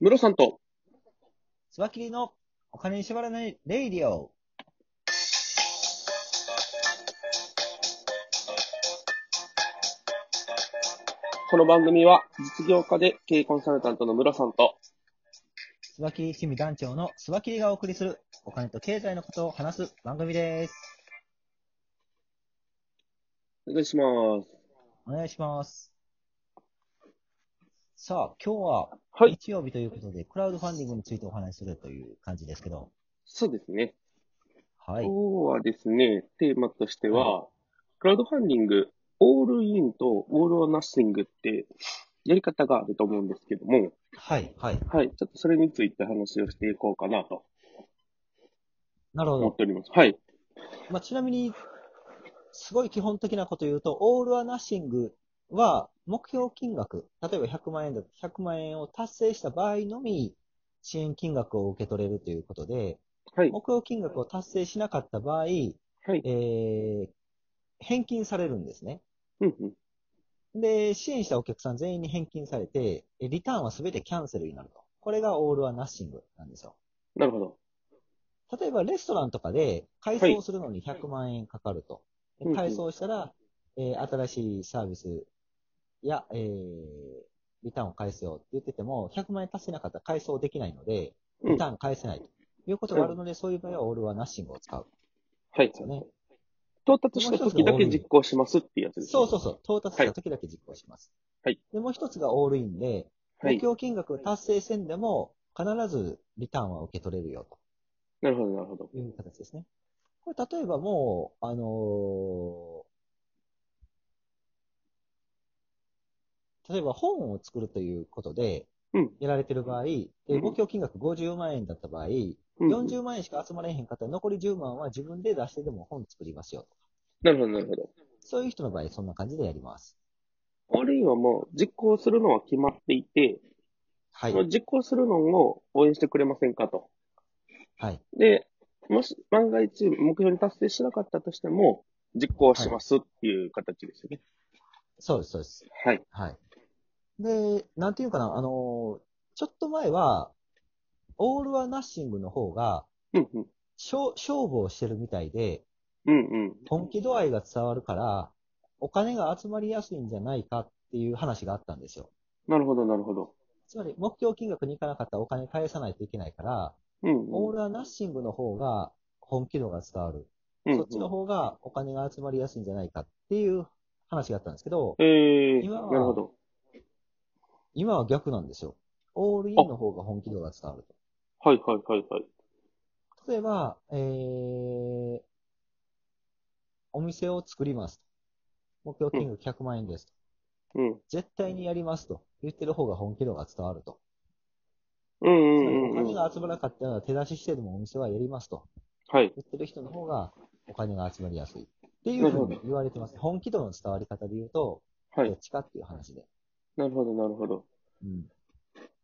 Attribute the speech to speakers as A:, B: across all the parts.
A: ムロさんと、
B: スワキリのお金に縛らないレイディオ。
A: この番組は、実業家で経営コンサルタントのムロさんと、
B: スワキリ趣味団長のスワキリがお送りするお金と経済のことを話す番組です。
A: お願いします。
B: お願いします。さあ、今日は
A: はい
B: 日曜日ということで、クラウドファンディングについてお話しするという感じですけど、
A: そうですね。
B: はい。
A: 今日はですね、テーマとしては、クラウドファンディング、オールインとオールオーナッシングって、やり方があると思うんですけども、
B: はい、はい。
A: はい、ちょっとそれについて話をしていこうかなと
B: なるほ
A: 思っ
B: ど。
A: ております。はい。
B: まあ、ちなみに、すごい基本的なこと言うと、オールはナッシングは、目標金額、例えば100万円だと100万円を達成した場合のみ、支援金額を受け取れるということで、
A: はい。
B: 目標金額を達成しなかった場合、
A: はい。
B: えー返金されるんですね。
A: うんうん。
B: で、支援したお客さん全員に返金されて、えリターンは全てキャンセルになると。これがオールはナッシングなんですよ。
A: なるほど。
B: 例えばレストランとかで改装するのに100万円かかると。で
A: うんうん
B: 改装したら、えー新しいサービスや、えーリターンを返すよって言ってても、100万円達せなかったら改装できないので、
A: うん
B: リターン返せないということがあるので、そういう場合はオールはナッシングを使うんで
A: はい。
B: すよね。
A: 到達した時だけ実行しますっていうやつですね。
B: そうそうそう。到達した時だけ実行します。
A: はい。
B: で、もう一つがオールインで、
A: は
B: 目
A: い。
B: 標金額達成せんでも、必ずリターンは受け取れるよと。
A: なるほど、なるほど。
B: いう形ですね。これ、例えばもう、あのー例えば本を作るということで
A: うん、
B: やられてる場合、で
A: うん
B: 目標金額50万円だった場合、
A: うんうん
B: 40万円しか集まれへんかったら、残り10万は自分で出してでも本作りますよとか。
A: なるほど、なるほど。
B: そういう人の場合、そんな感じでやります。
A: オールインはもう実行するのは決まっていて、
B: はい
A: そ。の実行するのを応援してくれませんかと。
B: はい。
A: で、もし万が一目標に達成しなかったとしても、実行しますっていう形ですよね。
B: そうです、そうです。
A: はい。
B: はい。で、なんていうかな、あのーちょっと前は、オールはナッシングの方が、
A: うんうん。
B: 勝勝負をしてるみたいで、
A: うんうん。
B: 本気度合いが伝わるから、お金が集まりやすいんじゃないかっていう話があったんですよ。
A: なるほど、なるほど。
B: つまり、目標金額に行かなかったらお金返さないといけないから、
A: うん、うん。
B: オールはナッシングの方が本気度が伝わる。
A: うん
B: そっちの方がお金が集まりやすいんじゃないかっていう話があったんですけど、
A: えー、
B: 今は
A: なるほど。
B: 今は逆なんですよ。オールインの方が本気度が伝わると。
A: はいはいはいはい。
B: 例えば、えー、お店を作ります。目標金額100万円です。
A: うん。
B: 絶対にやりますと言ってる方が本気度が伝わると。
A: うん
B: つ
A: う
B: まりお
A: んうんう
B: 金
A: ん。
B: が集まらなかったら手出ししてでもお店はやりますと
A: はい。
B: 言ってる人の方がお金が集まりやすい。っていうふうに言われてます。本気度の伝わり方で言うと、
A: は
B: ど
A: い
B: っ。ちかっていう話で。
A: なるほど、なるほど。
B: うん。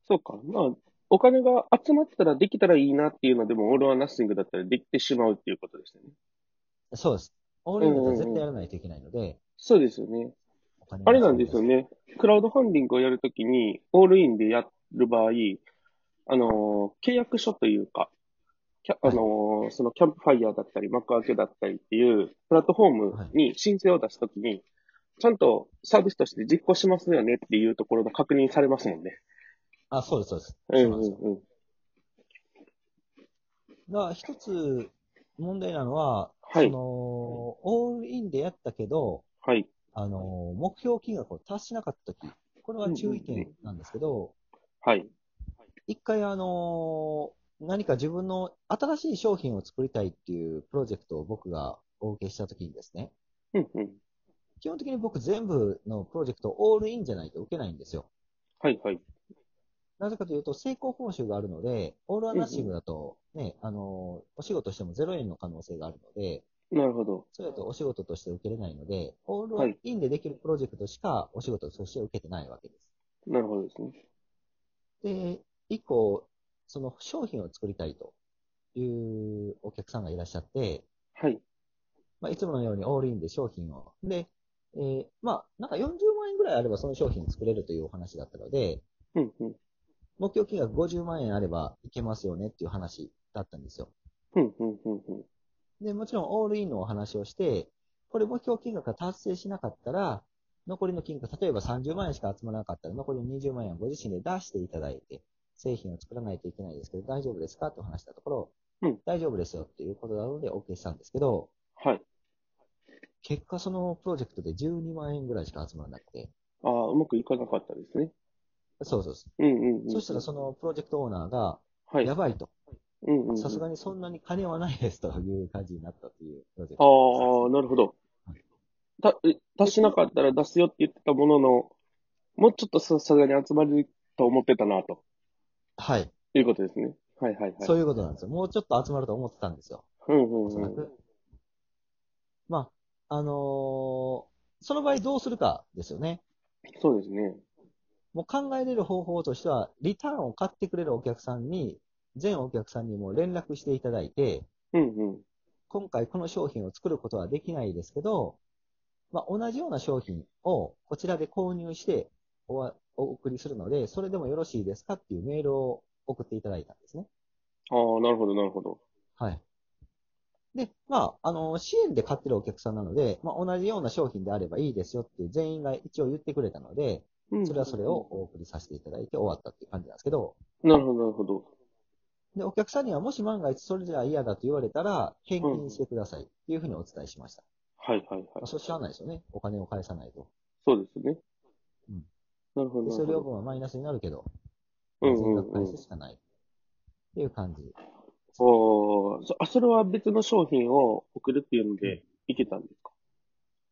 A: そうか。まあ、お金が集まったらできたらいいなっていうのでも、オールはナッシングだったらできてしまうっていうことですよね。
B: そうです。オールインだったら絶対やらないといけないので、
A: そうですよね。
B: お金が
A: あれなんですよね。クラウドファンディングをやるときに、オールインでやる場合、あのー契約書というか、キャあのーそのキャンプファイヤーだったり、幕開けだったりっていうプラットフォームに申請を出すときに、ちゃんとサービスとして実行しますよねっていうところが確認されますもんね。
B: あ、そうです、そうです。
A: う
B: そうんな
A: うんん
B: ですよ。
A: うん。
B: だから一つ問題なのは、
A: はい
B: その、オールインでやったけど、
A: はい。
B: あの、目標金額を達しなかったとき、これは注意点なんですけど、
A: はい。
B: 一回あの、何か自分の新しい商品を作りたいっていうプロジェクトを僕がお受けしたときにですね、
A: うんうん。
B: 基本的に僕全部のプロジェクトをオールインじゃないと受けないんですよ。
A: はいはい。
B: なぜかというと成功報酬があるので、オールアナッシングだとね、あの、お仕事しても0円の可能性があるので、
A: なるほど。
B: それだとお仕事として受けれないので、オー
A: は
B: ル
A: い
B: インでできるプロジェクトしかお仕事として受けてないわけです。
A: なるほどですね。
B: で、以降、その商品を作りたいというお客さんがいらっしゃって、
A: はい。
B: まあ、いつものようにオールインで商品を。で、えーまあ、なんか40万円ぐらいあればその商品作れるというお話だったので、
A: うんうん。
B: 目標金額50万円あればいけますよねっていう話だったんですよ。
A: うん、うん、うん、うん。
B: で、もちろんオールインのお話をして、これ目標金額が達成しなかったら、残りの金額、例えば30万円しか集まらなかったら、残りの20万円をご自身で出していただいて、製品を作らないといけないですけど、大丈夫ですかと話したところ、
A: うん
B: 大丈夫ですよっていうことなので OK したんですけど、
A: はい。
B: 結果そのプロジェクトで12万円ぐらいしか集まらなくて、
A: ああ、うまくいかなかったですね。
B: そうそうそ
A: うん、うん、う
B: う。
A: ん。
B: そしたらそのプロジェクトオーナーが、
A: はい。
B: やばいと。
A: うんうんうん、
B: さすがにそんなに金はないですという感じになったというプロジェク
A: あ
B: ト
A: あ、
B: で
A: なるほど
B: はい。
A: た、え出しなかったら出すよって言ってたものの、もうちょっとさすがに集まると思ってたな、と
B: す。はい。
A: いうことですね。はいはいはい。
B: そういうことなんですよ。もうちょっと集まると思ってたんですよ。
A: うんうん
B: おそら
A: うん。
B: く。まあ、あのーその場合どうするかですよね。
A: そうですね。
B: もう考えれる方法としては、リターンを買ってくれるお客さんに、全お客さんにもう連絡していただいて、
A: うんうん。
B: 今回この商品を作ることはできないですけど、まあ、同じような商品をこちらで購入しておわお送りするので、それでもよろしいですかっていうメールを送っていただいたんですね。
A: ああ、なるほどなるほど。
B: はい。で、まあ、あの、支援で買ってるお客さんなので、まあ、同じような商品であればいいですよっていう全員が一応言ってくれたので、
A: うん
B: それはそれを。お送りさせていただいて終わったっていう感じなんですけど、
A: なるほどなるほど。
B: で、お客さんにはもし万が一それじゃ嫌だと言われたら、返金してくださいっていうふうにお伝えしました。
A: はいはいは
B: まあ、
A: い。
B: そうしゃあないですよね。お金を返さないと。
A: そうですね
B: うん。
A: なるほど
B: 手
A: な
B: 数
A: るほ
B: 料
A: ど。
B: 分はマイナスになるけど、
A: うん
B: 全
A: うん
B: 額返
A: うん
B: す。しかない。っていう感じ。
A: おーそあ、それは別の商品を送るっていうので、いけたんですか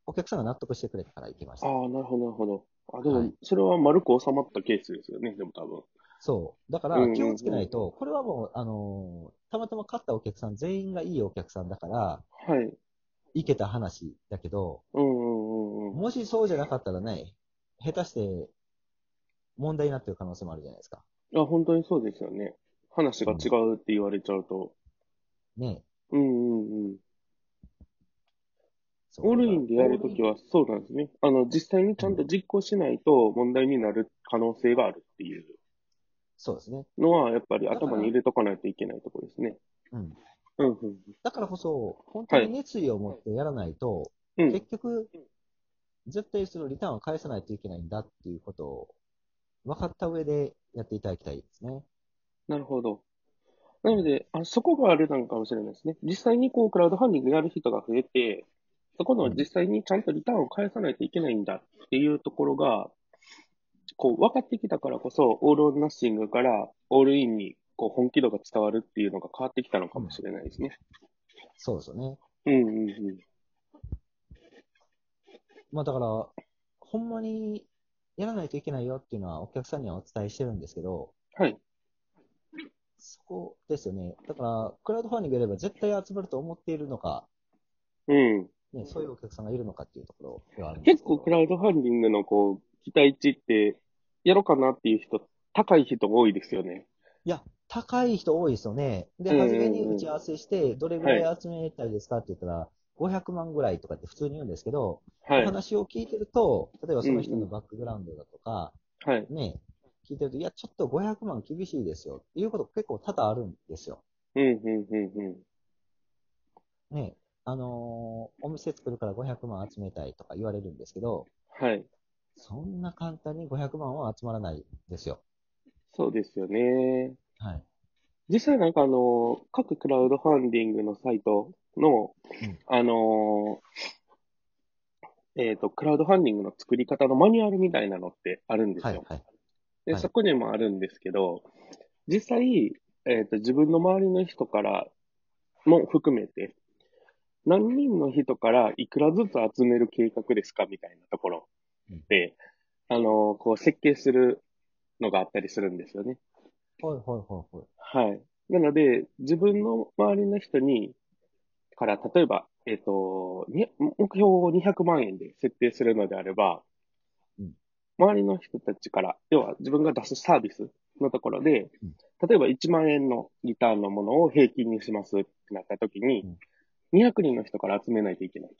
B: お客さんが納得してくれたから行きまし
A: あ
B: た
A: あ。、なるほど、なるほど。あ、でも、
B: はい
A: それは丸く収まったケースですよね、でも多分。
B: そう。だか
A: うんう
B: ら
A: んうん
B: 気をつけないと、これはもう、あのーたまたま買ったお客さん全員がいいお客さんだから、
A: はい。
B: いけた話だけど、
A: うんうんうんうん。
B: もしそうじゃなかったらね、下手して問題になってる可能性もあるじゃないですか。
A: あ、本当にそうですよね。話が違うって言われちゃうと。
B: ね。
A: うんうんうん。
B: そう
A: オールインでやるときはそうなんですね。あの、実際にちゃんと実行しないと問題になる可能性があるっていう
B: そうですね。
A: のは、やっぱり頭に入れとかないといけないところですね。
B: うん。
A: うんうん
B: だからこそ、本当に熱意を持ってやらないと、
A: うん。うん。
B: 結局、絶対そのリターンを返さないといけないんだっていうことを分かった上でやっていただきたいですね。
A: なるほど。なので、あ、そこがあれなのかもしれないですね。実際にこう、クラウドファンディングやる人が増えて、そこの実際にちゃんとリターンを返さないといけないんだっていうところが、こう、分かってきたからこそ、オールオンナッシングからオールインに、こう、本気度が伝わるっていうのが変わってきたのかもしれないですね。
B: そうですよね。
A: うんうんうん。
B: まあだから、ほんまにやらないといけないよっていうのはお客さんにはお伝えしてるんですけど、
A: はい。
B: そこですよね。だから、クラウドファンディングやれば絶対集まると思っているのか、
A: うん。
B: ね、そういうお客さんがいるのかっていうところではあるんです
A: 結
B: け
A: 構
B: ど。
A: クラウドファンディングのこう、期待値って、やろうかなっていう人、高い人が多いですよね。
B: いや、高い人多いですよね。で、
A: うんうんうん
B: 初めに打ち合わせして、どれぐらい集めたいですかって言ったら、500万ぐらいとかって普通に言うんですけど、
A: はい
B: お。話を聞いてると、例えばその人のバックグラウンドだとか、
A: はい。
B: ね、聞いてると、いや、ちょっと500万厳しいですよっていうこと結構多々あるんですよ。
A: うんうんうんうん。
B: ね、あのーお店作るから500万集めたいとか言われるんですけど、
A: はい。
B: そんな簡単に500万は集まらないですよ。
A: そうですよね。
B: はい。
A: 実際なんかあの、各クラウドファンディングのサイトの
B: うん、
A: あのー、えっ、と、クラウドファンディングの作り方のマニュアルみたいなのってあるんです
B: はい
A: よ。、
B: はい。
A: で、
B: はい
A: そこにもあるんですけど、実際、えっ、と、自分の周りの人からも含めて、何人の人からいくらずつ集める計画ですかみたいなところで、あのーこう設計するのがあったりするんですよね。
B: ほいほいほいほい。
A: はい。なので、自分の周りの人に、から、例えば、えっ、と、に目標を200万円で設定するのであれば
B: うん、
A: 周りの人たちから、要は自分が出すサービスのところで
B: うん、
A: 例えば1万円のリターンのものを平均にしますってなった時に、200人の人から集めないといけない。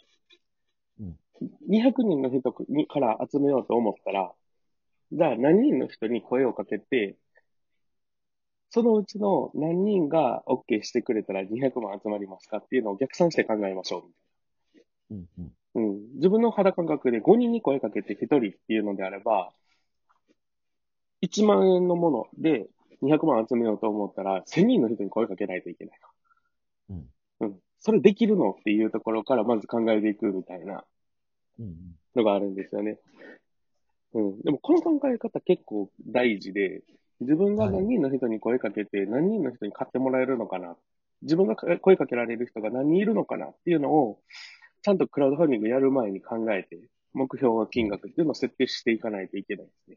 B: うん
A: 200人の人にから集めようと思ったら、じゃあ何人の人に声をかけて、そのうちの何人が OK してくれたら200万集まりますかっていうのを逆算して考えましょう。
B: うんうん。
A: うん、自分の肌感覚で5人に声かけて1人っていうのであれば、1万円のもので200万集めようと思ったら、1000人の人に声かけないといけない。
B: うん。
A: うん。それできるのっていうところからまず考えていくみたいな
B: うんうん。
A: のがあるんですよね。うん。でもこの考え方結構大事で、自分が何人の人に声かけて何人の人に買ってもらえるのかな。自分が声かけられる人が何人いるのかなっていうのを、ちゃんとクラウドファンディングやる前に考えて、目標の金額っていうのを設定していかないといけないですね。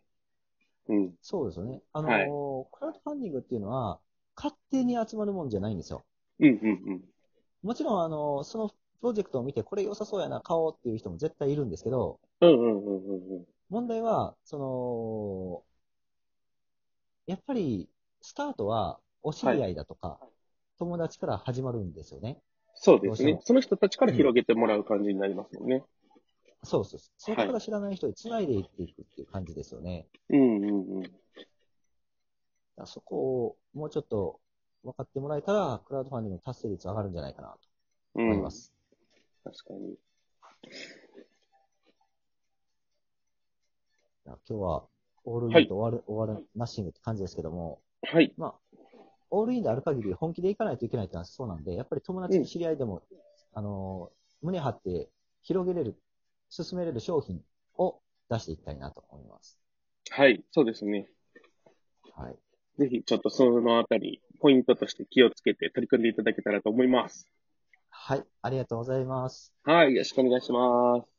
A: うん。
B: そうですよね。あのー
A: はい
B: クラウドファンディングっていうのは、勝手に集まるもんじゃないんですよ。
A: うんうん
B: もちろん、あのーそのプロジェクトを見て、これ良さそうやな、買おうっていう人も絶対いるんですけど、
A: うん。うんうんうんうんうん。
B: 問題は、その、やっぱり、スタートは、お知り合いだとか、友達から始まるんですよね。
A: そうです
B: どうして
A: ね
B: も。
A: その人たちから広げてもらう感じになりますもんね。
B: そうそうそう。そこから知らない人に繋いでいっていくっていう感じですよね。
A: うんうんうん。
B: だからそこを、もうちょっと、分かってもらえたら、クラウドファンディングの達成率上がるんじゃないかなと
A: うん。
B: 思います。
A: 確かに。
B: いや今日は、オールインと終わる、終わる、ナッシングって感じですけども、
A: はい。
B: まあ、オールインである限り本気でいかないといけないってのはそうなんで、やっぱり友達、知り合いでも、あのー、胸張って広げれる、進めれる商品を出していきたいなと思います。
A: はい。そうですね。
B: はい。
A: ぜひ、ちょっとそのあたり、ポイントとして気をつけて取り組んでいただけたらと思います。
B: はい、ありがとうございます。
A: はい。よろしくお願いします。